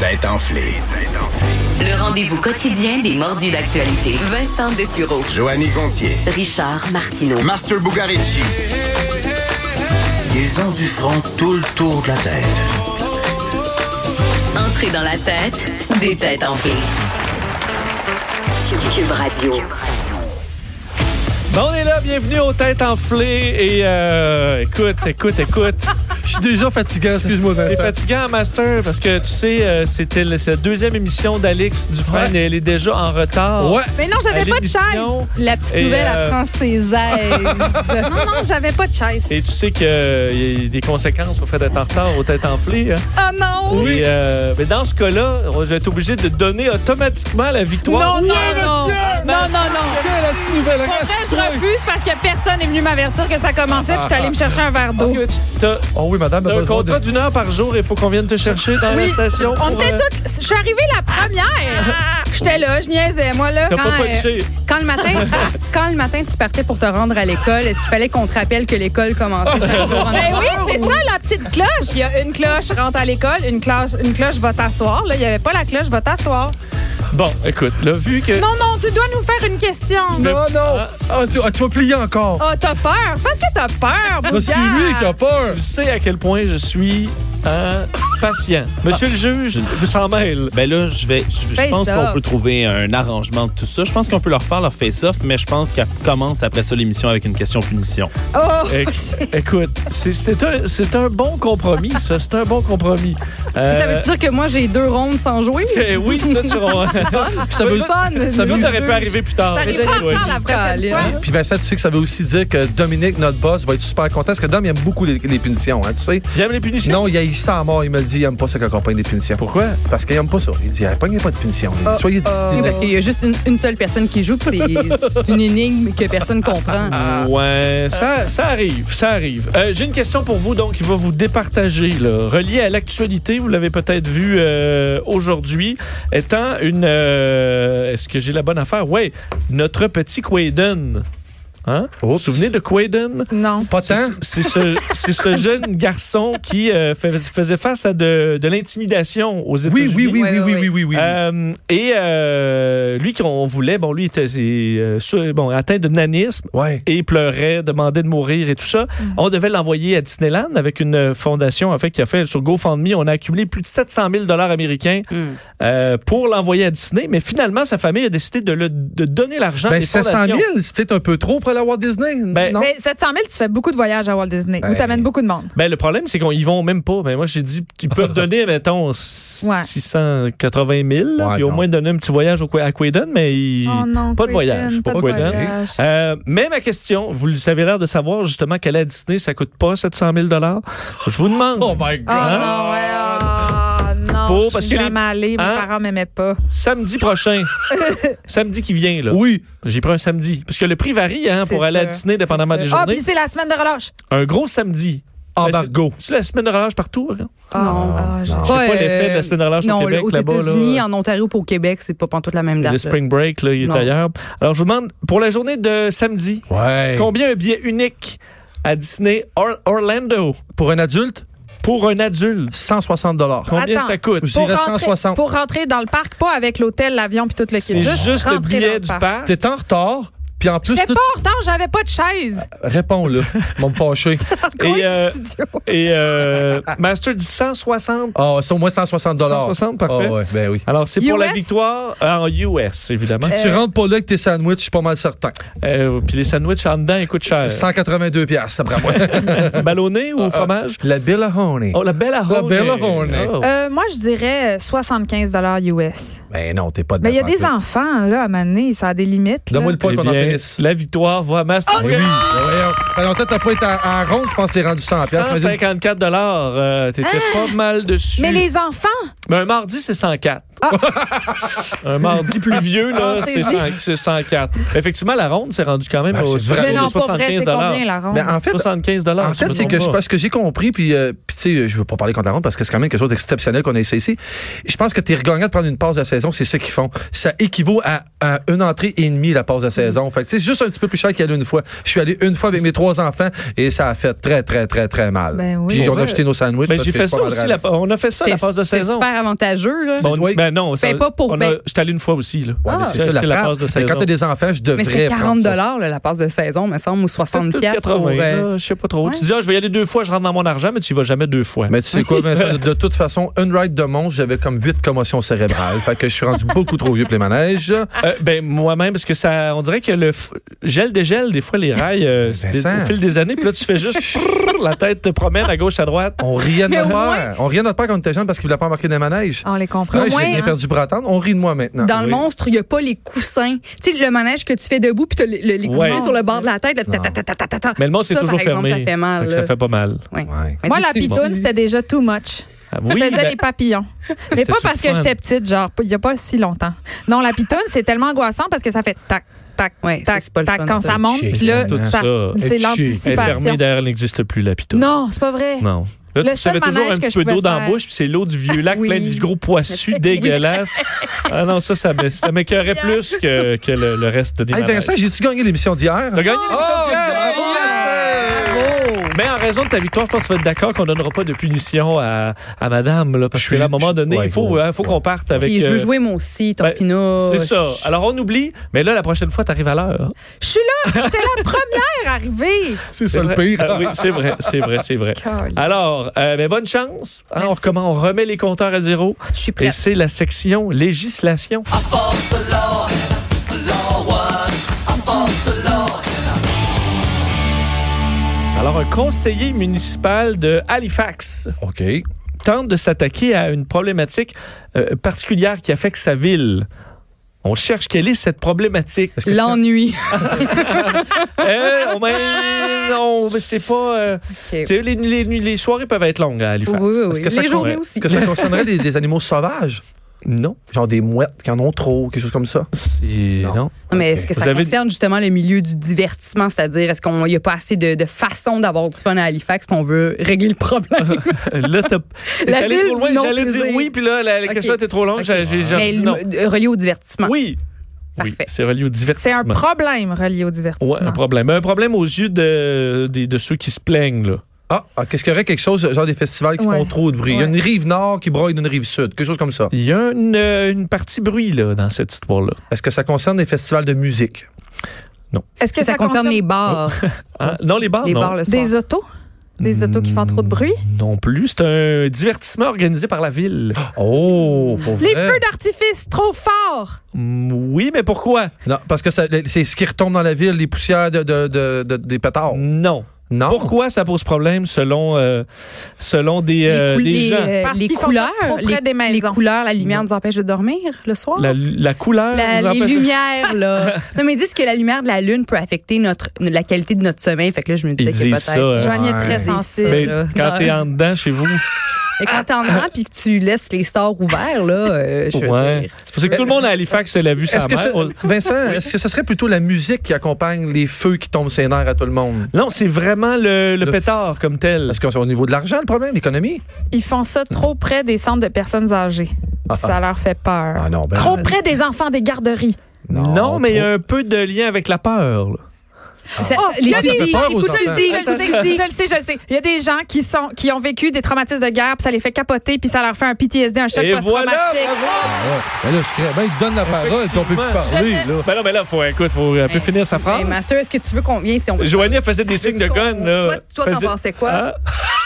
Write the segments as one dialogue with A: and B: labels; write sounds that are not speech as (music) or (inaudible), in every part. A: Tête enflée.
B: Le rendez-vous quotidien des mordus d'actualité. Vincent Dessureau.
A: Joanny Gontier.
B: Richard Martineau.
A: Master Bugarici. Ils ont du front tout le tour de la tête.
B: Entrée dans la tête des têtes enflées. Cube, Cube Radio.
C: Bon, Ben, on est là, bienvenue aux têtes enflées et euh, écoute, écoute, écoute.
D: (laughs) Je suis déjà fatiguant, excuse-moi.
C: C'est fatigant, Master, parce que tu sais, euh, c'était le- c'est la deuxième émission d'Alix Dufresne
D: Ouais.
C: et elle est déjà en retard.
D: Ouais.
E: Mais non,
C: À
E: j'avais pas de chaise. Non,
C: l'émission.
F: La petite
C: Et,
F: nouvelle
C: euh,
F: à françaisaise.
E: (laughs) non, j'avais pas de chaise.
C: Et tu sais qu'il y a des conséquences au fait d'être en retard aux têtes enflées. hein.
E: Ah non!
C: Et, euh, mais dans ce cas-là, on- je vais être obligé de donner automatiquement la victoire.
E: Non, non, non! Non, non, non!
D: Quelle est la petite nouvelle?
E: Pour vrai, je
D: Reste-
E: refuse parce que personne n'est venu m'avertir que ça commençait, puis je suis allée me chercher un verre d'eau.
C: Donc, tu- t'as-
D: Oh oui, madame.
C: t'as un
D: madame,
C: contrat d'une heure par jour et il faut qu'on vienne te chercher dans la
E: Oui,
C: station.
E: on
C: pour,
E: était
C: euh,
E: toutes. Je suis arrivée la première! J'étais là, je niaisais, moi, là.
C: Ah. T'as pas
F: Quand, euh,
C: punché.
F: quand, le
C: (laughs)
F: matin, quand le matin, tu partais pour te rendre à l'école, est-ce qu'il fallait qu'on te rappelle que l'école commençait chaque jour en
E: (laughs) Ben
F: avance?
E: oui, c'est ça la petite cloche. Il y a une cloche, rentre à l'école, une cloche, une cloche, va t'asseoir. Là, il n'y avait pas la cloche, va t'asseoir.
C: Bon, écoute, là, vu que.
E: Non, non, tu dois nous faire une question.
D: Oh non! Ah, tu, ah, tu vas plier encore.
E: Ah, t'as peur? C'est parce que t'as peur,
D: Ah, c'est lui
E: Bouddha.
D: qui a peur.
C: Je sais à quel point je suis hein, patient. Monsieur le juge vous s'en mêle.
G: Ben là, je vais. Je, je
E: Face
G: pense
E: off.
G: qu'on peut trouver un arrangement de tout ça. Je pense qu'on peut leur faire leur face-off, mais je pense qu'elle commence après ça l'émission avec une question punition.
E: Oh!
C: Éc- Écoute, c'est- c'est un, c'est un bon compromis, ça. C'est un bon compromis. Euh,
F: Ça veut dire que moi, j'ai deux rondes sans jouer?
C: c'est- Oui, toi, tu auras-
F: (laughs)
D: Ça
F: C'est
D: veut...
F: le fun, mais
C: Ça
F: nous-
C: veut t'aurais pu arriver plus tard.
E: T'arrives
F: mais
E: pas en
F: je l'ai
E: retard la
F: dit.
E: prochaine
F: Colin.
E: fois.
D: Puis Vincent, tu sais que ça veut aussi dire que Dominique, notre boss, va être super content parce que Dom, il aime beaucoup les, les punitions, hein, tu sais.
C: J'aime les punitions.
D: Non, il, il sent à mort, il me le dit, il aime pas ça qu'on pogne des punitions.
C: Pourquoi?
D: Parce qu'il aime pas ça. Il dit, hey, pognez pas de punitions. Il dit, Soyez
F: Oui,
D: disciplinés.
F: parce qu'il y a juste une, une seule personne qui joue, puis c'est c'est une énigme que personne comprend.
C: Ah.
D: Ah.
C: Ouais, ça, ça arrive, ça arrive. Euh, J'ai une question pour vous, donc, qui va vous départager, là. Reliée à l'actualité, vous l'avez peut-être vu euh, aujourd'hui, étant une... euh, Est-ce que j'ai la bonne affaire? Oui, notre petit Quaden. Hein? Vous vous
D: Oups.
C: souvenez de Quaden?
E: Non.
D: Pas tant.
C: C'est ce, c'est ce
D: (laughs)
C: jeune garçon qui euh, fais- faisait face à de, de l'intimidation aux États-Unis.
D: Oui, oui, oui, oui, oui,
F: Ouais, ouais,
D: oui,
F: ouais.
D: oui, oui, oui.
C: Euh, et euh, lui qu'on voulait, bon, lui était euh, sur- bon, atteint de nanisme
D: Ouais.
C: et pleurait, demandait de mourir et tout ça. On devait l'envoyer à Disneyland avec une fondation en fait qui a fait sur GoFundMe. On a accumulé plus de 700 000 dollars américains euh, pour l'envoyer à Disney, mais finalement sa famille a décidé de, le, de donner l'argent à
D: Ben,
C: des
D: 700
C: fondations.
D: 000, c'est peut-être un peu trop pour aller à Walt Disney.
C: Ben,
D: non?
E: Mais 700 000, tu fais beaucoup de voyages à Walt Disney. Ou
D: Ouais.
E: t'amènes beaucoup de monde.
C: Ben, le problème, c'est qu'on y vont même pas. Ben, moi, j'ai dit, ils
D: (laughs)
C: peuvent donner, mettons, 680 000, là,
D: Ouais,
C: puis au
D: non.
C: moins donner un petit voyage au, Qu- à Quaiden, mais ils-
E: Oh,
C: pas de voyage. Oh, Pas de Quaiden. Euh, mais ma question, vous le savez l'air de savoir justement qu'aller à Disney, ça coûte pas 700 000 Je vous demande,
D: Oh my God!
E: Ah ouais, ah non,
C: Hein? Pour-
E: je suis
C: parce que les-
E: jamais allée, mes
C: Hein?
E: parents m'aimaient pas.
C: samedi
E: (laughs)
C: prochain, samedi qui vient, là.
D: Oui.
C: J'ai pris un samedi. Parce que le prix varie hein,
E: C'est
C: pour aller à
E: sûr,
C: Disney,
E: c'est
C: dépendamment
E: sûr.
C: des
E: Ah,
C: journées.
E: puis Ah, c'est la semaine de relâche.
C: un gros samedi. Ben,
D: Embargo.
C: c'est- C'est la semaine de relâche partout. hein?
F: Non.
E: Ah, j'ai-
C: Je sais pas
F: euh,
C: l'effet de la semaine de relâche
F: non,
C: au Québec
F: aux
C: là-bas. là.
F: États-Unis, en Ontario, puis au Québec, c'est pas pantoute la même date.
C: Le
F: là.
C: spring break, là, il est
F: Non.
C: ailleurs. Alors, je vous demande, pour la journée de samedi,
D: Ouais.
C: combien un billet unique à Disney Or- Orlando
D: Pour un adulte,
C: pour un adulte?
D: 160
C: Combien
E: Attends.
C: ça coûte?
D: Je dirais 160.
E: pour rentrer dans le parc, pas avec l'hôtel, l'avion puis tout le
C: C'est
E: kit.
C: juste, le
E: rentrer dans
C: billet du
E: parc.
C: parc.
D: T'es en retard, puis en plus,
E: J'étais
D: tout...
E: pas en retard, j'avais pas de chaise.
C: (laughs)
D: réponds là. Mon me fâcher.
E: Gros
F: (laughs)
C: euh,
E: studio.
C: Et euh, Master dit 160.
D: Ah, c'est au moins 160
C: 160, parfait.
D: Ah ouais, ben oui.
C: Alors, c'est pour
E: US?
C: la victoire euh, en US, évidemment.
E: Euh,
D: Tu rentres pas là avec tes sandwichs, je suis pas mal certain.
C: Euh, puis les sandwichs en dedans, ils coûtent cher.
D: 182 piastres, après moi.
C: Ballonné ou au fromage?
D: (laughs) La Bill Honey.
C: Oh, la belle
D: Ah,
C: Oh.
D: La Bellahone.
E: Euh, moi, je dirais euh, 75 US.
D: Ben non, t'es pas de
E: Mais il y a
D: ma
E: des
D: pantoute.
E: enfants, là, à maner, ça a des limites. là.
D: Donne-moi le point
C: Eh
D: qu'on en
C: bien,
D: finisse.
C: La victoire va à Master.
D: Ben oui. ben voyons. Ça fait longtemps que t'as pas été en, en ronde, je pense que t'es rendu 100 piastres. mais-
C: 154 dollars. euh, T'étais pas mal dessus.
E: Ah! Mais les enfants,
C: Mais un mardi, c'est 104. (laughs) Un mardi pluvieux, là,
E: Ah,
C: c'est
E: c'est dit.
C: 100 c'est 104. Effectivement, la ronde s'est rendue quand même
D: Ben,
C: au
D: c'est vrai.
C: autour
E: Mais non,
C: de
E: pas vrai,
C: 75
E: c'est combien la ronde?
D: Mais en fait,
C: 75
D: en
C: si je
D: fait,
C: me
D: c'est que
C: trompe
D: je,
C: pas.
D: parce que j'ai compris, puis, euh, puis tu sais, je veux pas parler contre la ronde parce que c'est quand même quelque chose d'exceptionnel qu'on a essayé ici. Je pense que t'es gagnant de prendre une pause de la saison, c'est ça qu'ils font. Ça équivaut à, à une entrée et demie la
C: Mm.
D: pause de la saison. Fait que tu sais, c'est juste un petit peu plus cher qu'y aller une fois. Je suis allé une fois avec mes trois enfants et ça a fait très, très, très, très mal.
E: Ben oui.
D: Puis on a
C: Ouais.
D: jeté nos sandwichs.
C: Mais
D: parce
C: Ben, j'ai
D: que
C: fait
D: c'est
C: ça
D: pas mal
C: aussi,
D: grave.
C: la- on a fait ça la phase de
F: C'était
C: saison.
F: super avantageux, là.
C: Bon,
D: Oui.
C: ben non, ça,
F: Fais pas pour Ah.
C: on a-
F: ben-
C: j'étais allé une fois aussi. Là.
D: Ouais, mais c'est
C: Ah, J'ai
D: ça, la,
C: acheté la
D: prendre.
C: passe de
D: Mais
C: saison.
D: Quand t'as des enfants, je devrais
F: mais c'était 40
D: prendre ça.
F: là, la passe de saison, me semble, ou 64
C: peut-être
F: pour...
C: 80,
F: euh,
C: là, je sais pas trop.
F: ouais.
C: Tu dis, ah, je vais y aller deux fois, je rentre dans mon argent, mais tu y vas jamais deux fois.
D: Mais tu sais quoi, Vincent, de, de toute façon, une ride de monstre, j'avais comme huit commotions cérébrales. fait que je suis rendu beaucoup trop vieux pour les manèges.
C: Euh, ben moi-même, parce que ça, on dirait que le f- gel dégèle, des fois, les rails, (laughs) euh, c'est des-
D: Vincent.
C: au fil des années, puis là, tu fais juste, (laughs) prrr, la tête te promène à gauche, à droite.
D: On riait de
F: Mais
D: notre
F: au Ah,
D: père. On riait de notre père quand on était jeune parce qu'il voulait pas embarquer dans les manèges.
E: On les comprend.
D: Ouais,
F: moins,
D: j'ai bien
F: hein.
D: perdu pour attendre. On rit de moi maintenant.
F: Dans le monstre, il n'y a pas les coussins. Tu sais, le manège que tu fais debout, puis tu les, les
C: Ouais.
F: coussins sur le bord de la tête. là, ta, ta, ta, ta, ta, ta.
C: Mais le monde, c'est
F: Ça,
C: toujours
F: par exemple,
C: fermé.
F: Ça fait mal.
C: Fait que ça
F: là.
C: fait pas mal.
F: Ouais.
D: Ouais.
F: Mais
E: Moi,
F: tu-
E: la
F: tu-
E: pitoune, c'était déjà too much.
C: Ah,
E: Je faisais
C: ben,
E: les papillons. Mais
C: C'était
E: pas
C: du
E: parce
C: fun.
E: que j'étais petite, genre, il n'y a pas si longtemps. Non, la pitoune, c'est tellement angoissant parce que ça fait tac, tac,
F: Ouais, ça,
E: tac,
F: c'est pas le
E: tac.
F: fun,
E: Quand
F: ça.
E: ça monte,
D: Chic,
E: puis là,
D: hein,
C: ça.
E: ça- c'est
C: Elle est fermée
E: l'anticipation.
C: derrière, elle n'existe plus, la pitoune.
E: Non, c'est pas vrai.
C: Non. Là,
E: Le
C: tu savais
E: seul
C: toujours un
E: manège que
C: petit
E: je
C: peu d'eau
E: pouvais
C: dans la
E: faire.
C: bouche, puis c'est l'eau du vieux lac,
F: Oui.
C: plein de gros poissus
F: Oui.
C: dégueulasses. Ah non, ça, ça, me- ça m'écœurait plus que, que le, le reste des
D: Hey,
C: manèges.
D: Vincent, j'ai-tu gagné l'émission d'hier?
C: T'as gagné l'émission
D: Oh,
C: d'hier.
D: bravo,
C: Mais en raison de ta victoire, je pense que tu vas être d'accord qu'on donnera pas de punition à, à madame. Là, parce
D: Je
C: que là, à un
D: suis-
C: moment
D: je-
C: donné,
D: ouais,
C: il faut,
D: ouais,
C: hein, faut qu'on parte avec...
F: Puis je veux
C: euh,
F: jouer moi aussi,
C: ben,
F: Torpino.
C: c'est ça. Alors, on oublie, mais là, la prochaine fois, t'arrives à l'heure.
E: Je suis là, j'étais la première arrivée.
D: C'est
C: (laughs) C'est vrai. Ah oui, c'est vrai, c'est vrai, c'est vrai. Alors, euh, ben, bonne chance. Hein, on recommence, on remet les compteurs à zéro.
F: Je suis
C: Et
F: prête.
C: c'est la section législation. Alors, un conseiller municipal de Halifax
D: OK.
C: tente de s'attaquer à une problématique euh, particulière qui affecte sa ville. On cherche quelle est cette problématique.
D: Est-ce que
C: (laughs)
D: c'est-
F: L'ennui.
C: Euh, on- mais non, mais c'est pas. euh, tu sais, les, les, les soirées peuvent être longues à
F: Oui,
C: Halifax.
F: oui,
D: Est-ce
F: oui.
D: que ça
F: Les journées
C: compte-
F: aussi.
D: est-ce que ça concernerait des, des animaux sauvages?
C: Non,
D: Genre des mouettes qui en ont trop, quelque chose comme ça?
C: c'est. non.
D: Non.
F: Non, Mais est-ce que
C: Vous
F: ça
C: avez-
F: concerne justement le milieu du divertissement, c'est-à-dire est-ce qu'on n'y a pas assez de, de façons d'avoir du fun à Halifax qu'on veut régler le problème?
C: (laughs) Là, t'as. t'es
F: (laughs) La
C: allé
F: ville
C: trop
F: du
C: loin, j'allais
F: non-plaisir.
C: dire oui, puis là, la, la
F: Ok.
C: question était trop longue,
F: Ok.
C: j'ai- j'ai j'ai
F: Mais
C: dit (laughs) non.
F: le- relié au divertissement.
C: Oui. Oui,
F: Parfait.
C: c'est relié au
E: C'est
C: divertissement.
E: un problème relié au divertissement.
C: Ouais, un problème. Un problème aux yeux de, des- de, ceux qui se plaignent, là.
D: Ah, ah, qu'est-ce qu'il y aurait quelque chose, genre des festivals qui
E: Ouais.
D: font trop de bruit? Il y a
E: Ouais.
D: une rive nord qui broye d'une rive sud, quelque chose comme ça.
C: Il y a une, euh, une partie bruit, là, dans cette histoire-là.
D: Est-ce que ça concerne des festivals de musique?
E: Est-ce que
F: Ça,
E: ça
F: concerne
E: concerne
F: les bars,
C: Hein? Non, les bars,
F: les
C: non.
F: bars le soir.
E: des autos? Des autos qui font trop de bruit?
C: Non plus. C'est un divertissement organisé par la ville.
D: (gasps) Oh, pour
E: Les
D: vrai?
E: feux d'artifice trop forts!
C: Mm, Oui, mais pourquoi?
D: Non, parce que ça- c'est ce qui retombe dans la ville, les poussières de, de- de- de- des pétards.
C: Non.
D: Non?
C: Pourquoi ça pose problème selon, euh, selon des,
F: Les,
C: euh,
F: cou-
C: des
F: les,
C: gens?
F: euh,
E: Parce
F: les
E: qu'ils font
F: couleurs,
E: ça trop près
F: les,
E: des
F: les
E: maisons.
F: couleurs, la lumière nous empêche de dormir le soir.
C: La, la couleur?
F: La-
C: vous en
F: les
C: pensez- (laughs)
F: lumières, là. non, mais ils disent que la lumière de la lune peut affecter notre, la qualité de notre sommeil. Fait que là, je me disais
C: Ils
F: que
C: disent ça.
F: peut-être.
C: euh,
E: Joanie est
D: Ouais.
E: très sensible.
C: mais
F: là.
C: quand
F: Non.
C: t'es en dedans chez vous.
F: Mais quand t'en as puis que tu laisses les stores ouverts, là, euh, (laughs) je veux
C: Ouais.
F: dire.
C: C'est pour ça que tout le monde à Halifax l'a vu sa
D: Est-ce que
C: mère.
D: ça- oh, (laughs) Vincent, est-ce que ce serait plutôt la musique qui accompagne les feux qui tombent ses nerfs à tout le monde?
C: Non, c'est vraiment le, le
D: Le
C: pétard comme tel.
D: Est-ce qu'on est au niveau de l'argent, le problème, l'économie?
E: Ils font ça trop près des centres de personnes âgées.
D: Ah,
E: Ça leur fait peur.
D: Ah non, ben-
E: trop près des enfants des garderies.
C: Non, mais il y
D: trop-
C: a un peu de lien avec la peur. là.
F: Ça-
E: Oh,
F: les
E: que
F: fusils,
E: des-
F: les
D: peur aux
F: coups de
D: enfants.
F: fusil,
E: Je
F: les coups
E: le
F: de
E: sais,
F: fusil.
E: (laughs) je le sais, je le sais. Il y a des gens qui, sont, qui ont vécu des traumatismes de guerre, puis ça les fait capoter, puis ça leur fait un PTSD, un choc
C: Et voilà!
E: post-traumatique.
C: bravo!
D: Ah ouais. Ben là, je crée- ben, il te donne la parole, puis on peut plus parler,
E: Je-
D: là.
C: Ben non, mais là, faut, écoute, faut un peu finir sa phrase.
F: Hey, Master, est-ce que tu veux qu'on vienne si on
C: Joanie, elle faisait des signes de gun. Là.
F: Toi, toi, t'en
C: Faisait-
F: pensais quoi?
C: Hein?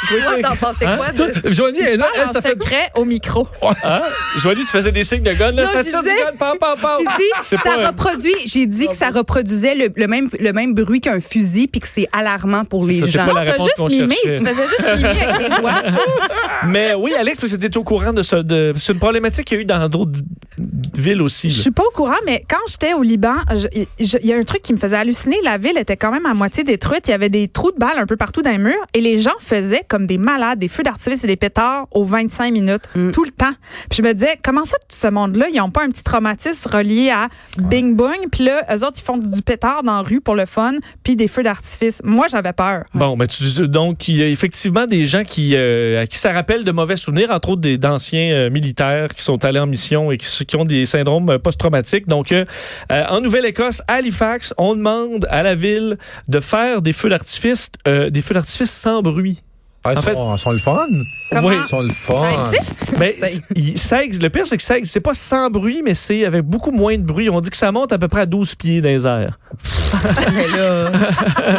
F: Toi, t'en pensais quoi? de-
D: Toi, Joanie est là, elle,
E: En
D: ça fait.
E: secret au micro.
C: Hein? Joanie, tu faisais des signes de gun. Là,
F: Non,
C: ça
F: je
C: tire du
F: disais-
C: gun. Pam, pam, pam.
F: J'ai dit,
C: Ah, C'est
F: ça
C: pas un-
F: reproduit, j'ai dit que ça reproduisait le, le même, le même bruit qu'un fusil puis que c'est alarmant pour
C: C'est
F: les
C: Ah, ça, c'est
F: gens.
C: pas la
E: T'as
C: réponse
E: juste
C: qu'on
E: mimé,
C: cherchait.
E: tu faisais juste mimer avec tes doigts.
C: (laughs) Mais oui, Alex, parce que t'étais au courant de ça. De... C'est une problématique qu'il y a eu dans d'autres d- villes aussi.
E: Je
C: là.
E: suis pas au courant, mais quand j'étais au Liban, je- je- il y a un truc qui me faisait halluciner. La ville était quand même à moitié détruite. Il y avait des trous de balles un peu partout dans les murs et les gens faisaient comme des malades, des feux d'artifice et des pétards aux 25 minutes, tout le temps. Puis je me disais, comment ça, tout ce monde-là, ils n'ont pas un petit traumatisme relié à Bing Bong? Puis là, eux autres, ils font du pétard dans la rue pour le fun, puis des feux d'artifice. Moi, j'avais peur.
C: Bon, ben tu, donc il y a effectivement des gens qui euh, à qui ça rappelle de mauvais souvenirs, entre autres des d'anciens euh, militaires qui sont allés en mission et qui, qui ont des syndromes euh, post-traumatiques. Donc euh, euh, en Nouvelle-Écosse, à Halifax, on demande à la ville de faire des feux d'artifice, euh, des feux d'artifice sans bruit.
D: Ah, ils
C: En
D: sont,
C: fait-
D: sont le fun.
E: Comment?
C: Oui.
D: Ils sont le fun.
E: Ça existe?
C: (laughs) Mais
F: Ça-
C: Ben, c- il- ça, ex- le pire c'est que ça, ex- c'est pas sans bruit, mais c'est avec beaucoup moins de bruit. On dit que ça monte à peu près à 12 pieds dans les airs.
F: Mais là,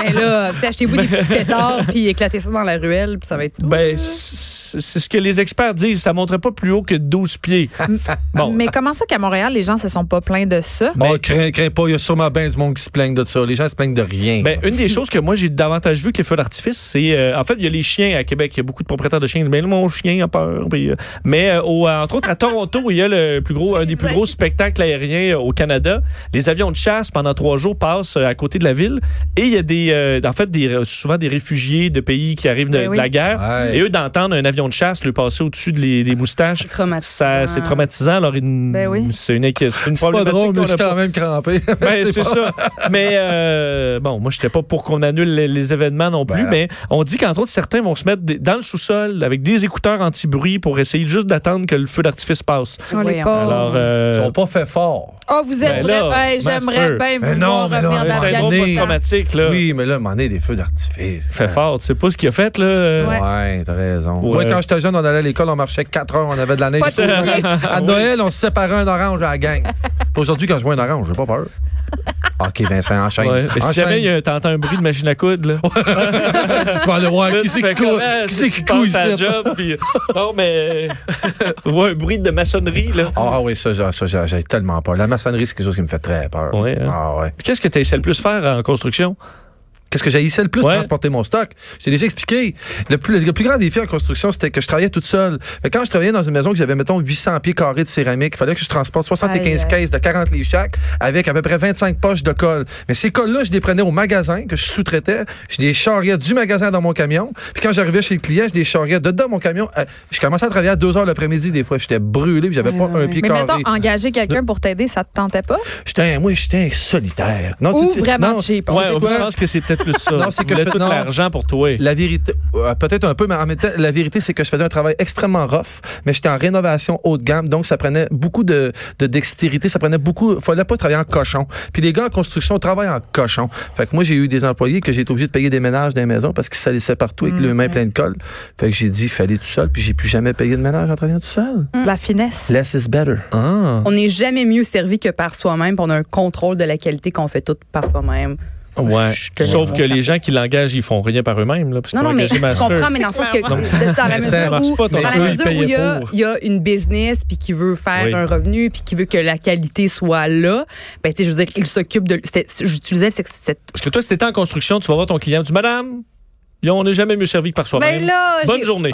F: mais là tu sais, achetez-vous des petits pétards puis éclatez ça dans la ruelle puis ça va être tout.
C: Ben c'est c'est ce que les experts disent, ça monterait pas plus haut que 12 pieds. bon,
E: Mais comment ça qu'à Montréal, les gens se sont pas plaints de ça?
D: Bon, crains, crains pas, il y a sûrement bien du monde qui se plaignent de ça. Les gens se plaignent de rien.
C: Ben, une des choses que moi j'ai davantage vu que les feux d'artifice, c'est euh, en fait il y a les chiens à Québec, il y a beaucoup de propriétaires de chiens. Mais mon chien a peur. puis, euh, mais euh, au- entre autres à Toronto, il y a le plus gros, un des plus gros spectacles aériens euh, au Canada. Les avions de chasse pendant trois jours passent euh, à côté de la ville et il y a des, euh, en fait des souvent des réfugiés de pays qui arrivent de,
E: Ben oui.
C: de la guerre
D: Ouais.
C: et eux d'entendre un avion de chasse lui passer au-dessus de les- des moustaches.
F: Traumatisant.
C: Ça, c'est traumatisant. Alors, une-
E: Ben oui.
C: c'est une, inquiétude, une
D: c'est pas
C: problématique
D: drôle, mais
C: qu'on a
D: je suis
C: pas.
D: quand même crampé. (laughs)
C: Ben, c'est ça. Mais euh, bon, moi, je n'étais pas pour qu'on annule les, les événements non plus,
D: Ben.
C: mais on dit qu'entre autres, certains vont se mettre des- dans le sous-sol avec des écouteurs anti-bruit pour essayer juste d'attendre que le feu d'artifice passe.
E: On les
F: Voyons.
E: pauvres.
C: Alors,
D: Oh. Ils
C: euh,
D: sont pas fait fort.
E: Oh, vous
C: Ben
E: êtes
C: là,
E: vrai. Hey, J'aimerais
C: master.
E: bien
D: Mais
E: vous
D: non,
E: voir
D: mais
E: revenir
D: non,
E: dans
D: mais
C: c'est
E: le
C: un
D: drôle,
E: Afghanistan.
C: post-traumatique, là.
D: Oui, mais là, m'en est des feux d'artifice.
C: Euh. Fait fort. Tu sais pas ce qu'il a fait, là.
E: Ouais.
D: Ouais, t'as raison.
C: Ouais.
D: Moi, quand j'étais jeune, on allait à l'école, on marchait 4 heures, on avait de la neige.
E: Pas de
D: sur la (laughs)
E: souliers.
D: route. À Noël, on se séparait un orange à la gang. Ah (laughs) Aujourd'hui, quand je vois un orange, j'ai pas peur. OK, Vincent, enchaîne.
C: Ouais. Mais si
D: Enchaîne.
C: jamais il y a un- t'entends un bruit de machine à coudre, là.
D: Tu vas
C: (laughs)
D: aller voir
C: Là, tu
D: qui c'est
C: fais
D: qui coule.
C: comme, Ah,
D: Qui c'est
C: tu
D: qui
C: passes
D: coule
C: à la
D: ici?
C: job, puis- Non, mais. (laughs) Ou un bruit de maçonnerie, là.
D: Ah oui, ça, j'ai- ça, j'ai j'ai tellement peur. La maçonnerie, c'est quelque chose qui me fait très peur.
C: Ouais, hein?
D: Ah ouais.
C: Qu'est-ce que tu essaies le plus faire en construction?
D: Qu'est-ce que j'haïssais le plus
C: Ouais.
D: transporter mon stock? J'ai déjà expliqué. Le plus, le plus grand défi en construction, c'était que je travaillais toute seule. Fait que quand je travaillais dans une maison que j'avais, mettons, 800 pieds carrés de céramique, il fallait que je transporte 75
E: Aïe, aïe.
D: caisses de 40 livres chaque avec à peu près 25 poches de colle. Mais ces colles-là, je les prenais au magasin que je sous-traitais. Je les charriais du magasin dans mon camion. Puis quand j'arrivais chez le client, je les charriais dedans mon camion. Euh, Je commençais à travailler à 2 heures l'après-midi des fois. J'étais brûlé puis j'avais
F: Ouais,
D: pas
F: ouais,
D: un
F: ouais.
D: pied
E: Mais
D: carré.
E: mettons, engager quelqu'un pour t'aider, ça te tentait pas?
D: J'étais un- moi, j'étais un solitaire. Non,
E: Ou
D: c'est- c'est-
E: vraiment
D: non,
E: cheap.
D: c'est-
C: Ouais,
D: c'est
C: je
D: quoi?
C: pense que c'est peut-être plus ça.
D: Non, c'est
C: Tu
D: que je
C: voulais
D: fais-
C: tout
D: non.
C: l'argent pour toi.
D: La vérité, euh, peut-être un peu, mais en même temps, la vérité, c'est que je faisais un travail extrêmement rough, mais j'étais en rénovation haut de gamme, donc ça prenait beaucoup de, de dextérité, ça prenait beaucoup, fallait pas travailler en cochon. Puis les gars en construction travaillent en cochon. Fait que moi, j'ai eu des employés que j'ai été obligé de payer des ménages dans les maisons parce qu'ils s'alissaient partout avec le main plein de colle. Fait que j'ai dit, fallait tout seul, puis j'ai plus jamais payé de ménage en travaillant tout seul.
E: La finesse.
D: Less is better.
C: Ah.
F: On n'est jamais mieux servi que par soi-même. puis On a un contrôle de la qualité qu'on fait tout par soi-même.
C: Ouais.
F: Je te
C: Sauf
F: lève
C: que
F: mon
C: les gens qui l'engagent, ils font rien par eux-mêmes. Là, parce
F: Non,
C: qu'ils
F: non,
C: ont
F: mais
C: engagé
F: je
C: Master.
F: comprends, mais dans le sens que
C: Donc,
F: peut-être dans la
D: ça
F: mesure
D: marche
F: où,
C: pas, ton
F: dans la
C: employé
F: mesure où
C: payait
F: il y a,
C: pour.
F: il y a une business puis qui veut faire
C: Oui.
F: un revenu puis qui veut que la qualité soit là, ben tu sais, je veux dire, il s'occupe de. c'était- J'utilisais
D: (laughs)
F: cette, cette-
C: Parce que toi, si t'étais en construction, tu vas voir ton client, tu dis Madame, ils ont- on n'est jamais mieux servi que par
F: Ben
C: soi-même.
F: là,
C: Bonne
F: j'ai- Ah.
C: journée.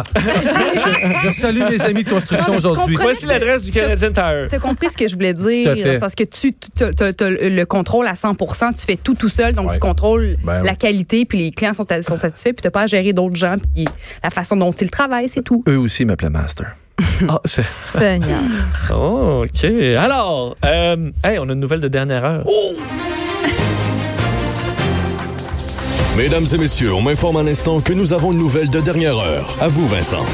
D: Je salue mes amis de construction
F: Non, mais tu
D: aujourd'hui.
F: comprends-
C: Voici l'adresse du Canadian Tire.
F: T'as compris ce que je voulais
D: Tout à
F: dire?
D: fait.
F: dans le sens que tu as le contrôle à 100 tu fais tout tout seul, donc
D: Ouais.
F: tu contrôles
D: Ben
F: la
D: oui.
F: qualité, puis les clients sont, sont satisfaits, puis tu pas à gérer d'autres gens, puis la façon dont ils travaillent, c'est tout.
D: Eux aussi m'appelaient Master.
C: Ah, c'est-
E: Seigneur.
C: Oh, OK. Alors, euh, hey, on a une nouvelle de dernière heure.
F: Oh!
H: Mesdames et messieurs, on m'informe à l'instant que nous avons une nouvelle de dernière heure. À vous, Vincent.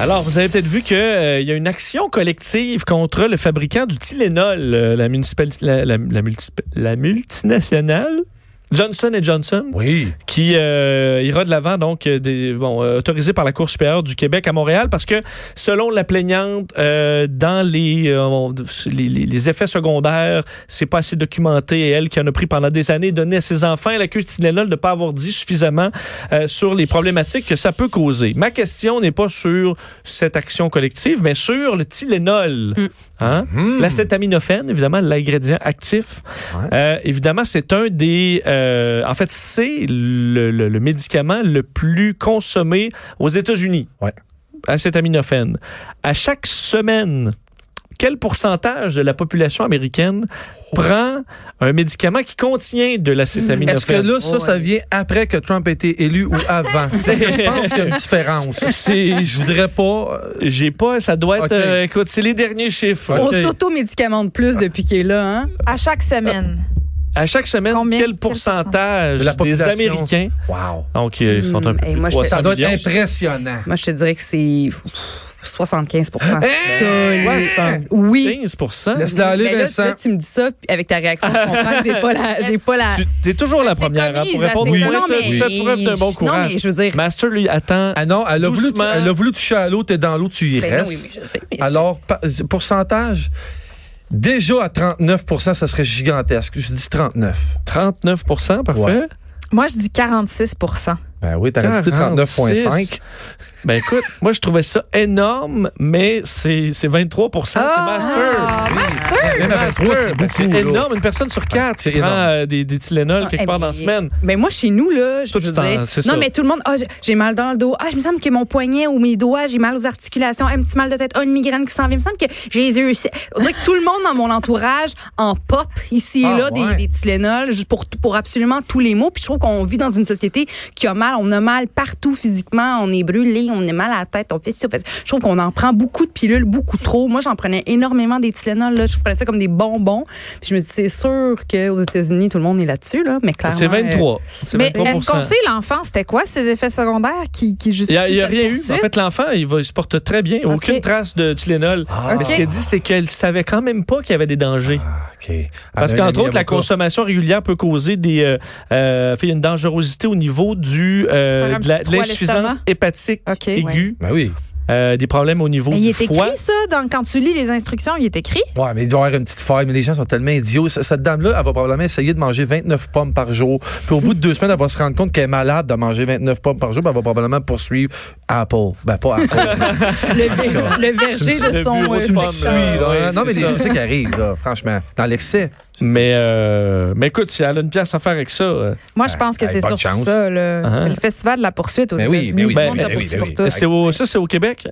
C: Alors, vous avez peut-être vu qu'il y a une action collective contre le fabricant du Tylenol, euh, la, municipal- la, la- la multisp- la multinationale Johnson Johnson.
D: Oui.
C: qui euh, ira de l'avant, donc euh, des, bon, euh, autorisé par la Cour supérieure du Québec à Montréal, parce que selon la plaignante, euh, dans les, euh, on- les, les- les effets secondaires, c'est pas assez documenté et elle qui en a pris pendant des années donnait à ses enfants la queue de Tylenol de ne pas avoir dit suffisamment euh, sur les problématiques que ça peut causer. Ma question n'est pas sur cette action collective, mais sur le Tylenol. Hein? L'acétaminophène, évidemment, l'ingrédient actif.
D: Mm-hmm. Ouais.
C: Euh, évidemment, c'est un des... euh, en fait, c'est le, le- le médicament le plus consommé aux États-Unis.
D: Ouais.
C: Acétaminophène. À chaque semaine, quel pourcentage de la population américaine prend un médicament qui contient de l'acétaminophène?
D: Est-ce que là, ça, ça vient après que Trump ait été élu ou
F: (laughs)
D: avant? C'est que je pense qu'il y a une différence.
C: C'est-
D: Je voudrais pas. euh,
C: J'ai pas, ça doit être.
D: Ok.
C: euh, écoute, c'est les derniers chiffres.
F: On
C: Ok.
F: s'auto-médicamente plus depuis qu'il est là, hein?
E: À chaque semaine.
C: À chaque semaine,
E: Combien?
C: quel
E: Quel
C: pourcentage
D: De la
C: des
D: population.
C: Américains,
D: Wow.
C: donc ils sont un peu
F: Hmm,
C: plus
F: et
C: de
F: moi, je-
C: 300
D: Ça doit être
C: millions.
D: impressionnant.
F: Moi, je te dirais que c'est pff, 75
C: Hein? Solide.
F: Oui.
C: 15
D: Laisse-la aller,
F: Mais là,
D: Vincent.
F: là, tu me dis ça, puis avec ta réaction, je comprends que j'ai pas la. J'ai pas la...
C: Tu- T'es toujours
F: Ah,
C: la
E: C'est
C: première hein, pour
E: commise,
C: répondre.
E: c'est
C: Oui.
E: commis.
C: Ouais, Tu fais preuve d'un bon
F: je-
C: courage.
F: Non, mais je veux dire.
C: Master, lui, attend.
D: Ah non, elle a, voulu,
C: Doucement.
D: elle a voulu toucher à l'eau, t'es dans l'eau, tu y
F: Ben non, oui,
D: restes.
F: mais je sais, mais je-
D: Alors, pa- pourcentage, déjà à 39 ça serait gigantesque. Je dis 39.
C: 39 parfait.
D: Ouais.
E: Moi, je dis 46
D: Ben oui, t'as rajouté
C: 46.
D: 39,5.
C: Ben écoute, moi, je trouvais ça énorme, mais c'est c'est 23 C'est master.
D: Même avec
F: Ah!
C: Ah, Master.
D: toi, c'est
C: Ben,
D: beaucoup,
C: C'est
D: là.
C: énorme. Une personne sur quatre
D: C'est
C: qui prend
D: énorme.
C: euh, des, des Tylenol quelque
F: eh
C: part dans
F: ben,
C: la semaine.
F: Ben moi, chez nous, là, je
C: Toi,
F: veux
C: tu t'en-
F: dire.
C: c'est
F: Non,
C: ça.
F: mais tout le monde. Ah, j'ai- j'ai mal dans le dos. Ah, je me semble que mon poignet ou mes doigts, j'ai mal aux articulations. Un petit mal de tête. Ah, une migraine qui s'en vient. Il me semble que j'ai les yeux. On dirait que tout le monde dans mon entourage en pop ici et
D: Ah,
F: là
D: ouais.
F: des, des Tylenol juste pour, pour absolument tous les maux. Puis je trouve qu'on vit dans une société qui a mal. On a mal partout physiquement. On est brûlé. On a mal à la tête. On fait ça. on fait ça. Je trouve qu'on en prend beaucoup de pilules, beaucoup trop. Moi, j'en prenais énormément des Tylenol. Là. Je prenais ça comme des bonbons. Puis je me dis, c'est sûr qu'aux États-Unis, tout le monde est là-dessus. Là. Mais clairement.
C: C'est
F: euh,
C: 23. C'est
E: Mais
C: 23
E: est-ce qu'on sait, l'enfant, c'était quoi ses effets secondaires qui, qui justifient
C: Il n'y a, il y a
E: cette
C: rien eu. En
E: poursuite?
C: fait, l'enfant, il, va- il se porte très bien. Aucune trace de Tylenol. Mais ce
E: Ah. Ok. Ah.
C: qu'elle dit, c'est qu'elle savait quand même pas qu'il y avait des dangers.
D: OK.
C: Parce
D: Elle a un
C: qu'entre
D: ami
C: autres, la
D: avocat.
C: consommation régulière peut causer des, euh, euh, fait une dangerosité au niveau du, euh,
E: Faire un
C: de, la- de
E: petit trou à
C: l'insuffisance
E: l'estomac.
C: hépatique
E: Ok,
C: aiguë,
D: Ben oui.
C: euh, des problèmes au niveau
E: Mais il
C: du
E: est écrit,
C: foie.
E: ça, dans, quand tu lis les instructions, il est écrit.
D: Ouais, mais il doit y avoir une petite faille, mais les gens sont tellement idiots. Ce- Cette dame-là, elle va probablement essayer de manger 29 pommes par jour. Puis au bout de deux semaines, elle va se rendre compte qu'elle est malade de manger 29 pommes par jour, puis elle va probablement poursuivre Apple. Ben, pas Apple.
C: (laughs)
D: mais
F: euh, le, le verger de son.
C: bureau
F: euh,
C: du
D: tu me
C: Pomme,
D: suis,
C: là.
D: là.
C: Ouais,
D: non, mais
C: c'est
D: les-
C: ça.
D: c'est ça qui arrive, là, franchement. Dans l'excès.
C: (laughs) Mais, euh, mais écoute, si elle a une pièce à faire avec ça, euh,
E: Moi, je pense que
D: ben,
E: c'est
D: bonne
E: surtout
D: chance.
E: ça. là.
C: Ah.
E: C'est le festival de la poursuite aux
D: Ben oui,
E: États-Unis.
D: ben oui,
E: Tout le monde
D: ben
E: se
D: oui,
E: poursuit
D: ben
E: pour
D: oui.
E: tout.
C: c'est au- ça, c'est au Québec.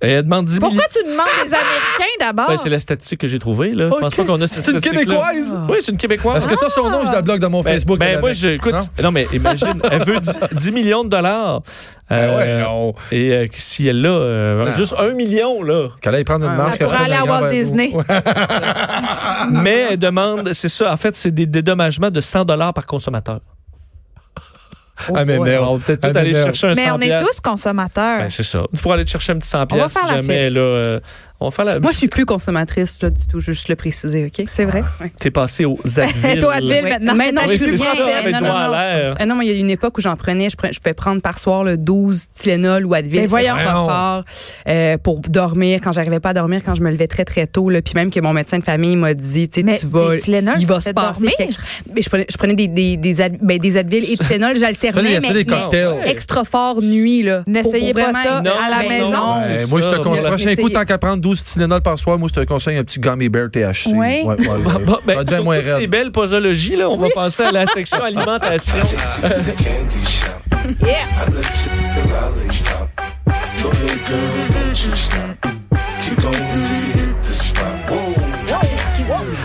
C: Et elle demande 10 millions.
E: Hein? Pourquoi tu demandes les Américains d'abord?
C: Ben, c'est la statistique que j'ai trouvée. Là. Je pense pas qu'on a cette
D: Ah. C'est une
C: statistique-là.
D: Québécoise?
C: Oui, c'est une Québécoise.
D: Est-ce que t'as son nom, je la bloque dans mon
C: Ben,
D: Facebook?
C: ben,
D: elle,
C: moi,
D: avec-
C: je, écoute, non? mais imagine, elle veut 10, 10 millions de dollars.
D: Ben ouais,
C: Euh,
D: non.
C: Et euh, si elle l'a, euh,
D: Non.
C: juste un million, là.
D: Qu'elle aille prendre une marche.
E: Pour aller à Walt Disney.
D: Ah,
C: Mais elle demande, c'est ça, en fait, c'est des dédommagements de 100 par consommateur.
D: Ah, mais
F: Ouais.
D: merde.
C: On va peut-être
D: Ah,
C: tout
D: mais
C: aller
D: merde.
C: chercher un
E: Mais
C: 100
E: on est tous consommateurs.
C: Ben, c'est ça. Tu pourras aller te chercher un petit 100
E: On va
C: si
E: faire la
C: jamais,
E: fête.
C: là. euh, on va faire la.
F: Moi, je suis plus consommatrice là, du tout, je veux juste le préciser, OK?
E: c'est vrai.
C: T'es passé
E: (laughs)
C: aux Advil.
E: Toi, Advil,
F: Oui.
E: maintenant.
F: Mais non,
E: t'as
C: ah, Oui,
E: plus
C: c'est
E: rien.
C: ça, avec
F: Non, non,
C: doigt à
F: non.
C: l'air.
F: Ah non, mais il y a une époque où j'en prenais, je, prenais- je pouvais prendre par soir le 12 Tylenol ou Advil,
E: Ben voyons.
F: le Propofol, euh, pour dormir quand j'arrivais pas à dormir, quand je me levais très très tôt, là, puis même que mon médecin de famille m'a dit, tu sais,
E: Mais
F: tu vas,
E: des Tylenol,
F: il va
E: ça
F: se
E: fait
F: passer.
E: dormir?
F: quelque- Mais je prenais, je prenais des des des, Ad- ben, des Advil et Tylenol,
D: Fallait
F: j'alternais, mais,
D: essayer des
F: mais
D: cocktails.
F: extra fort nuit là. pour-
E: N'essayez
F: pour
E: pas
F: vraiment
E: ça
F: être-
C: Non,
E: à
F: ben
E: la maison.
F: non.
D: Ouais,
C: C'est
D: moi, je
C: ça.
D: te conseille.
C: On l'a
D: Prochain
F: essayé.
D: coup, tant qu'à prendre 12 Tylenol par soir, moi, je te conseille un petit Gummy Bear THC.
F: Ouais.
D: ouais, ouais.
C: (laughs) Bon, ben,
D: Ah, dis-moi,
C: sur toutes
D: Red.
C: ces belles posologies, là, on va passer à la section alimentation.
D: (laughs)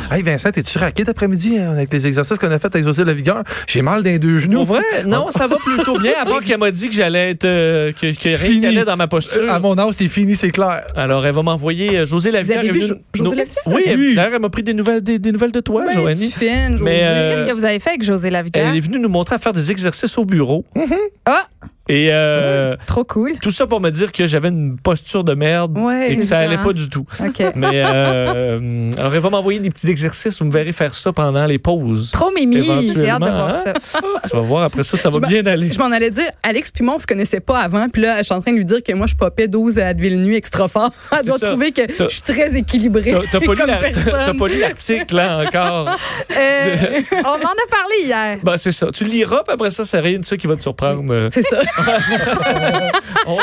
D: Hey Vincent, t'es-tu raqué d'après-midi hein, avec les exercices qu'on a fait avec José La Vigueur? J'ai mal dans les deux genoux.
C: Pour vrai? Non, ça va plutôt bien, à part qu'elle m'a dit que j'allais être. euh, que, que rien
D: Fini.
C: n'allait dans ma
D: Euh,
C: posture.
D: À mon âge, t'es fini, c'est clair.
C: Alors, elle va m'envoyer euh, José Lavie.
F: avez vu Jo- José
C: Oui,
F: Lavigueur?
C: elle- d'ailleurs, elle m'a pris des nouvelles, des, des nouvelles de toi,
F: Ben, tu
C: Joanie.
F: fines, Josée.
C: Mais, euh,
E: Qu'est-ce que vous avez fait avec José Lavigueur?
C: Elle est venue nous montrer à faire des exercices au bureau.
F: Mm-hmm.
E: Ah!
C: Et euh,
E: Trop cool.
C: tout ça pour me dire que j'avais une posture de merde
F: Ouais,
C: et que
E: c'est
C: ça
E: ça,
C: allait
E: hein.
C: pas du tout.
E: OK.
C: (laughs) Mais euh, alors, elle va m'envoyer des petits exercices. Vous me verrez faire ça pendant les
F: (laughs)
C: pauses.
E: Trop mimi. J'ai hâte de
C: Éventuellement,
E: voir
C: hein?
E: ça.
C: Tu vas voir, après ça, ça va
F: Je m'en-
C: bien aller.
F: Je m'en allais dire, Alex puis moi, on se connaissait pas avant. Puis là, je suis en train de lui dire que moi, je popais 12 à Advil Nuit extra fort. (laughs) Elle doit
C: ça.
F: trouver que
C: T'as-
F: je suis très équilibrée.
C: T'as- T'as pas lu
F: (laughs) comme
C: la-
F: personne.
C: t'as pas lu l'article, là, encore. (laughs) Bah,
E: Euh, on en a parlé hier.
C: Ben, c'est ça. Tu le liras, puis après ça, c'est rien de ça qui va te surprendre. euh,
F: (laughs) C'est ça.
C: On en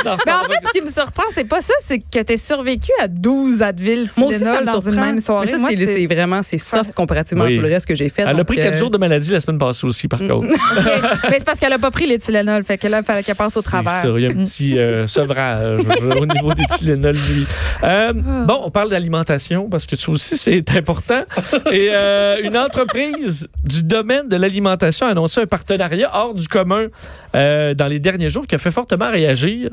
E: Mais en
C: reparlera.
E: fait, ce qui me surprend, c'est pas ça, c'est que t'es survécu à 12 Advil
F: Moi aussi, ça
E: Tylenol
F: me
E: dans une
F: surprend.
E: même soirée.
F: Mais ça,
E: Moi,
F: c'est- c'est vraiment, c'est soft comparativement
C: Oui.
F: à tout le reste que j'ai fait.
C: Elle a
F: donc,
C: pris
F: euh, Mm.
C: quatre jours de maladie la semaine passée aussi, par contre.
E: Ok. (laughs) Mais c'est parce qu'elle a pas pris les Tylenol, fait que là, il fallait qu'elle passe au
C: C'est
E: travers.
C: ça, il y a un petit
E: (laughs)
C: euh, sevrage euh, au niveau des Tylenol, lui. Euh,
E: Ah.
C: bon, on parle d'alimentation parce que ça aussi, c'est important. Et euh, une entreprise du domaine de l'alimentation a annoncé un partenariat hors du commun euh, dans les derniers jours qui a fait fortement réagir.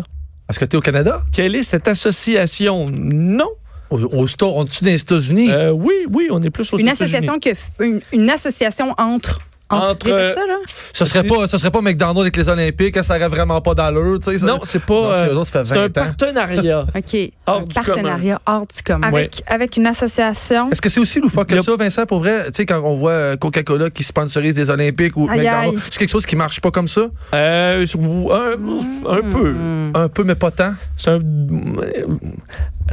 D: Est-ce que t'es au Canada?
C: Quelle est cette association? Non.
D: Au, au Sta- on est-tu dans les États-Unis?
C: Euh, oui, oui, on est plus aux
F: Une
C: États-Unis.
F: association, que, f- une, une association entre.
C: Entre,
F: répète ça, là.
D: ce serait pas, ce serait pas McDonald's avec les Olympiques, hein, ça aurait vraiment pas d'allure, tu sais. ça-
C: Non, c'est pas.
D: Non, c'est
C: euh,
D: eux autres, ça fait
C: c'est un
D: 20 ans.
C: partenariat.
F: OK.
C: euh, Hors
F: un
C: du
F: partenariat hors du commun.
E: Avec, avec une association.
D: Est-ce que c'est aussi loufoque que
C: Yep.
D: ça, Vincent, pour vrai? Tu sais, quand on voit euh, Coca-Cola qui sponsorise des Olympiques ou
E: Aïe,
D: McDonald's,
E: aïe.
D: c'est quelque chose qui marche pas comme ça?
C: Euh, un, un peu.
E: Hmm.
D: Un peu, mais
C: (laughs)
D: pas tant.
C: C'est un-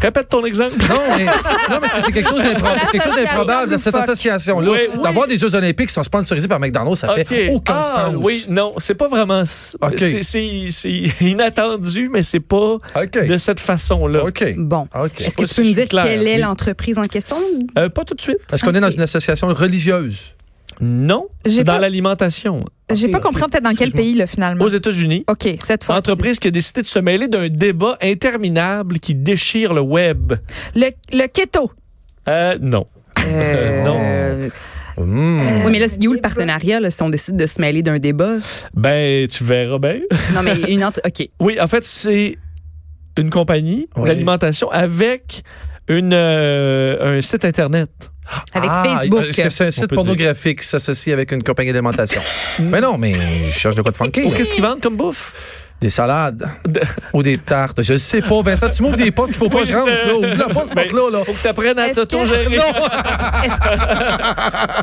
C: Répète ton exemple.
D: Non, mais, non, mais c'est- c'est quelque chose d'improbable. C'est quelque chose d'improbable, cette association-là.
C: Oui, oui.
D: D'avoir des Jeux Olympiques qui sont sponsorisés par McDonald's, ça fait
C: OK.
D: aucun
C: ah,
D: sens.
C: Oui, non, c'est pas vraiment. c'est-
D: OK.
C: c'est- C'est c'est inattendu, mais c'est pas
D: OK.
C: de cette façon-là.
D: OK.
F: Bon.
D: OK.
F: Est-ce que
C: Pas
F: tu
C: si
F: peux me
C: je suis
F: dire
C: clair,
F: quelle est
C: oui.
F: l'entreprise en question?
C: Euh, pas tout de suite.
D: Est-ce qu'on est dans une association religieuse?
C: Non,
E: J'ai
C: c'est dans
E: pas-
C: l'alimentation.
E: J'ai pas
D: ok.
E: compris, on était dans quel
D: Excuse-moi.
E: pays, là, finalement?
C: Aux États-Unis,
E: OK, cette fois
C: entreprise qui a décidé de se mêler d'un débat interminable qui déchire le web.
E: Le, le keto.
C: Euh, non. Euh, non.
D: Hmm.
F: Oui, mais là, c'est où le partenariat là, si on décide de se mêler d'un débat?
C: Ben, tu verras bien.
F: Non, mais une entre. OK.
C: Oui, en fait, c'est une compagnie
D: Oui.
C: d'alimentation avec une, euh, un site Internet.
F: Avec
D: Ah,
F: Facebook.
D: Est-ce que c'est un
C: on
D: site
C: peut
D: pornographique qui s'associe avec une compagnie d'alimentation? mais non, mais je cherche de quoi de funky.
C: Mm. Oh,
D: là.
C: Qu'est-ce qu'ils vendent comme bouffe?
D: Des salades
C: De-
D: ou des tartes. Je sais pas, Vincent, tu m'ouvres des portes, il faut pas que je rentre. Là. Ouvre-la pas, cette
C: Ben,
D: porte-là. Là.
C: Faut que t'apprennes à
E: Est-ce que-
C: t'auto-gérer.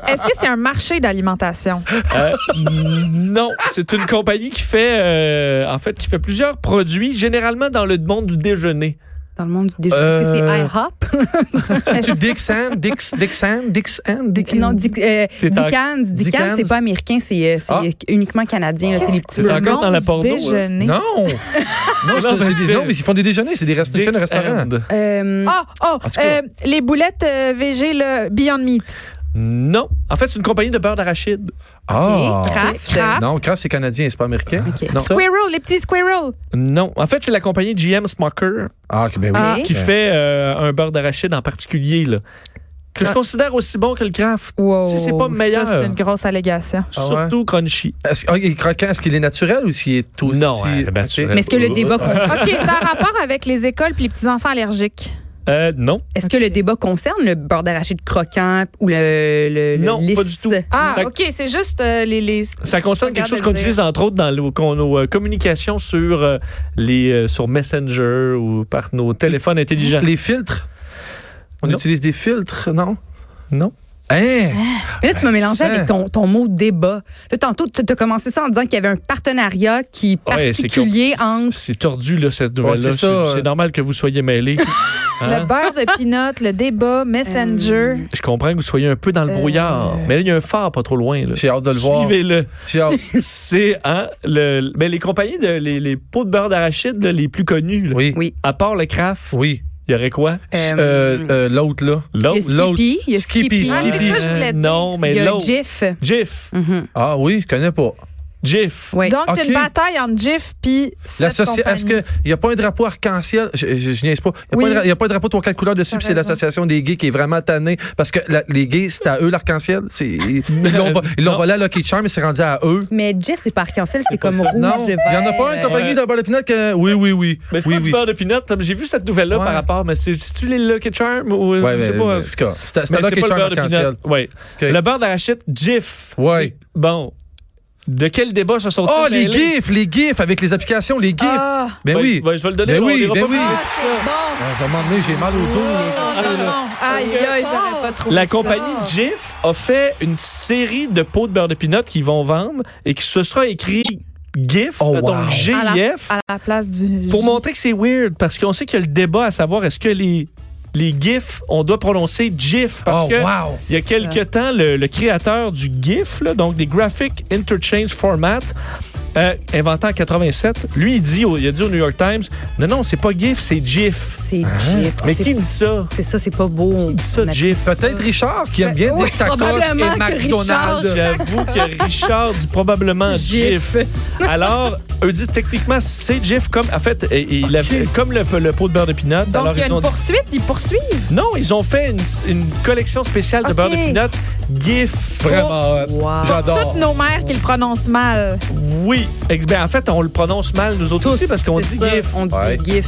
E: Est-ce que c'est un marché d'alimentation?
C: Euh, (laughs) non, c'est une compagnie qui fait, euh, en fait, qui fait plusieurs produits, généralement dans le monde du déjeuner.
F: Dans le monde du déjeuner. Est-ce que
D: Euh,
F: c'est IHOP?
D: C'est-tu Dixan, Dix, Dixan, Dixan, Dick-
F: Non, Dick- euh,
C: T'es en-
F: Dickens. Dickens,
D: Dickens.
F: c'est pas américain, c'est euh, c'est
D: Ah.
F: uniquement canadien. là, C'est les petits
C: C'est
F: bleus.
C: encore dans la
E: du
C: porno. hein. (laughs)
E: déjeuner.
D: Non! Non,
C: Non,
D: je te-
C: mais
D: j'ai dit
C: c'est-
D: non, mais ils font des déjeuners, c'est des rest- des chaînes de
C: Dick's
D: restaurants.
C: End.
F: Euh,
E: Ah, oh,
D: En tout cas.
E: euh, les boulettes euh, VG, le Beyond Meat.
C: Non. En fait, c'est une compagnie de beurre d'arachide.
D: Ah!
F: OK, Kraft.
E: Kraft.
D: Non, Kraft, c'est canadien, c'est pas américain.
F: OK.
D: Non.
E: Squirrel, les petits squirrels.
C: Non. En fait, c'est la compagnie GM Smucker
D: Ah, ok, ben oui.
F: Ah.
C: qui
D: Euh.
C: fait euh, un beurre d'arachide en particulier, là. Que je considère aussi bon que le Kraft.
E: Wow.
C: Si c'est pas meilleur.
E: Ça, c'est une grosse hein. allégation.
D: Ah ouais?
C: Surtout crunchy.
D: Est-ce ah, il est croquant, est-ce qu'il est naturel ou s'il est aussi.
C: Non, hein, ben, tu-
D: Ok.
F: Mais est-ce que le débat
E: (laughs)
F: concerne,
E: (laughs) OK, ça a rapport avec les écoles puis les petits-enfants allergiques.
C: Euh, non.
F: est-ce que le débat concerne le beurre d'arachide croquant ou le, le, le
C: Non, pas
F: lisse?
C: du tout.
E: Ah,
C: Ça-
E: OK, c'est juste euh, les, les...
C: Ça concerne quelque
E: Regarde
C: chose qu'on
E: le dire.
C: utilise entre autres dans le- qu'on- nos euh, communications sur euh, les euh, sur Messenger ou par nos téléphones intelligents.
D: Les filtres? On
C: Non.
D: utilise des filtres, non?
C: Non.
D: Hein?
F: Mais là, tu m'as mélangé
D: ça-
F: avec ton, ton mot débat. Là, tantôt, tu as commencé ça en disant qu'il y avait un partenariat qui est
C: Ouais, c'est
F: particulier
C: com-
F: entre.
C: C'est tordu là cette nouvelle là.
D: Ouais, c'est ça,
C: c'est
D: euh.
C: normal que vous soyez
D: (laughs)
C: mêlés. Hein?
E: Le beurre de peanut, le débat, Messenger.
C: Je comprends que vous soyez un peu dans le brouillard, mais là, il y a un phare pas trop loin là.
D: Euh. J'ai hâte de le voir.
C: Suivez-le. (laughs)
D: J'ai hâte.
C: C'est hein, le, ben, les compagnies de les, les pots de beurre d'arachide là, les plus connues. là.
D: Oui.
F: Oui.
C: À part le Kraft,
D: Oui.
C: il y aurait quoi
F: Euh,
D: Euh, euh, L'autre, là.
F: Il y a
C: L'autre, l'autre.
F: Skippy. Il y a
D: Skippy,
F: Skippy. Hein?
E: Ah, c'est ça que je voulais
C: Euh,
E: dire.
C: non,
F: Il y
C: mais
F: a
C: l'autre.
F: Jif.
C: Jif,
F: Mhm.
D: Ah oui, je connais pas.
C: Jif.
F: Ouais.
E: Donc, c'est
D: OK.
E: une bataille entre GIF puis cette
D: L'associa- Est-ce
E: compagnie.
D: qu'il n'y a pas un drapeau arc-en-ciel? Je, je, je niaise pas. Il
E: Oui.
D: n'y a, pas un drapeau trois quatre couleurs dessus,
E: T'as
D: puis c'est
E: raison.
D: l'association des gays qui est vraiment tannée. Parce que la- les gays, c'est à eux l'arc-en-ciel. C'est- Ils l'ont vo- ils l'ont
C: Non.
D: volé à Lucky Charm, mais c'est rendu à eux.
F: Mais Jif, c'est pas arc-en-ciel, c'est comme
C: ça.
F: rouge.
D: Non, il n'y en a pas un
F: vert. Euh,
E: euh,
D: compagnie de beurre de pinot que. Oui, oui, oui.
C: Mais c'est
D: oui,
C: pas du
D: oui.
C: beurre de peanut. là, mais J'ai vu cette nouvelle-là
D: Ouais.
C: par rapport, mais c'est- c'est-tu les Lucky Charms ou euh,
D: Ouais,
C: je sais
D: mais,
C: pas.
D: mais, en tout cas, c'est à- c'est
C: Mais
D: à Lucky
C: c'est pas
D: Charm
C: le beurre de
D: arc-en-ciel.
C: peanut. Ouais.
D: OK.
C: Le beurre d'arachide, GIF.
D: Ouais.
C: Bon. De quel débat se sont-ils
D: Oh, les
C: mêlés?
D: gifs, les gifs avec les applications, les gifs.
E: Ah.
D: Ben
C: Ouais,
D: oui.
C: ouais, je vais le donner.
D: Ben
C: on
D: oui,
C: dira
D: ben
C: pas
D: oui. Ah,
C: plus que ça.
E: Bon,
D: À un moment donné, j'ai mal au dos.
E: non, non, non. Aïe, aïe, j'aurais pas trouvé
C: La
E: ça.
C: compagnie GIF a fait une série de pots de beurre de peanut qu'ils vont vendre et qui se sera écrit GIF,
D: Oh, wow.
C: donc GIF.
E: à la, à la place du...
C: Pour montrer que c'est weird, parce qu'on sait qu'il y a le débat à savoir est-ce que les, les GIFs, on doit prononcer GIF, parce
D: Oh,
C: que
D: wow.
C: il y a quelques temps, le, le créateur du GIF, là, donc des Graphic Interchange Format, euh, inventé en 87, lui, il, dit au, il a dit au New York Times Non, non, c'est pas GIF, c'est GIF.
F: C'est GIF.
C: Mais
F: C'est-
C: qui dit ça
F: C'est ça, c'est pas beau.
C: Qui dit ça,
F: On a-
C: GIF
D: Peut-être Richard qui aime bien
F: Oui,
D: dire tacos et
F: probablement que
D: McDonald's.
F: Richard-
C: J'avoue que Richard dit probablement GIF.
F: GIF.
C: Alors, eux disent techniquement c'est GIF comme. En fait, et- et il a- comme le, le pot de beurre de pinot.
E: Donc,
C: alors,
E: il y a
C: ils ont
E: une
C: dit-
E: poursuite, ils poursuivent.
C: Non, ils ont fait une, une collection spéciale de
E: Ok.
C: beurre
E: Oh.
C: de pinot GIF.
D: Vraiment hot.
F: Wow.
D: J'adore.
E: Toutes nos mères qui le prononcent mal.
C: Oui. Ex- ben, en fait, on le prononce mal, nous autres
F: Tous,
C: aussi, parce qu'on
F: c'est
C: dit Euh,
F: ça,
C: GIF.
F: On dit
D: Ouais.
F: GIF.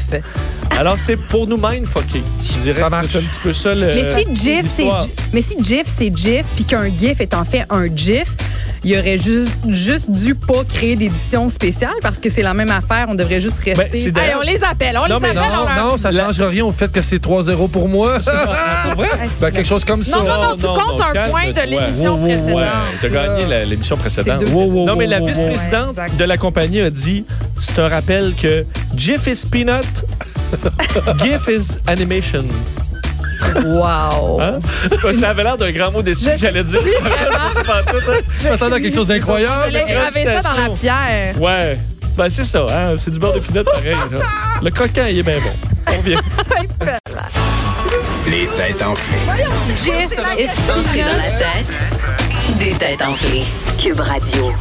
C: Alors, c'est pour nous mindfucker. Je dirais
D: Ça
C: que
D: marche.
C: c'est un petit peu ça le.
F: Mais si GIF, c'est
C: l'histoire.
F: gi- mais si GIF, c'est GIF, puis qu'un GIF est en fait un GIF, il aurait juste, juste dû pas créer d'édition spéciale parce que c'est la même affaire. On devrait juste rester.
C: Ben, c'est
E: Hey,
C: d'ailleurs-
E: on les appelle, on
C: Non,
E: les
C: mais
E: appelle. on
D: Non,
E: leur-
D: non, ça change rien au fait que c'est 3-0 pour moi.
C: Pour vrai?
E: Ah, c'est-
D: Ben, quelque chose comme ça.
E: Non, non, non, tu comptes un
C: calme-toi.
E: point de l'émission
C: Ouais, ouais, ouais.
E: précédente.
C: T'as gagné la- l'émission précédente.
F: C'est deux.
D: Wow, wow,
C: non, mais
D: wow,
C: la
D: wow, wow.
C: vice-présidente
E: Ouais, exact.
C: de la compagnie a dit c'est un rappel que GIF is peanut, (laughs) GIF is animation.
F: Wow.
C: Hein? Ça avait l'air d'un grand mot d'esprit que j'allais dire. (laughs) Je sais pas tout, hein.
D: Tu m'attendais à quelque chose
E: Je
D: d'incroyable.
E: voulais graver ça dans la pierre.
C: Ouais. Ben, c'est ça, hein? c'est du beurre de pinot pareil. là. Le croquant, il est bien bon. On revient.
A: Les têtes enflées.
B: GIF est entré dans la tête des têtes enflées. Cube Radio.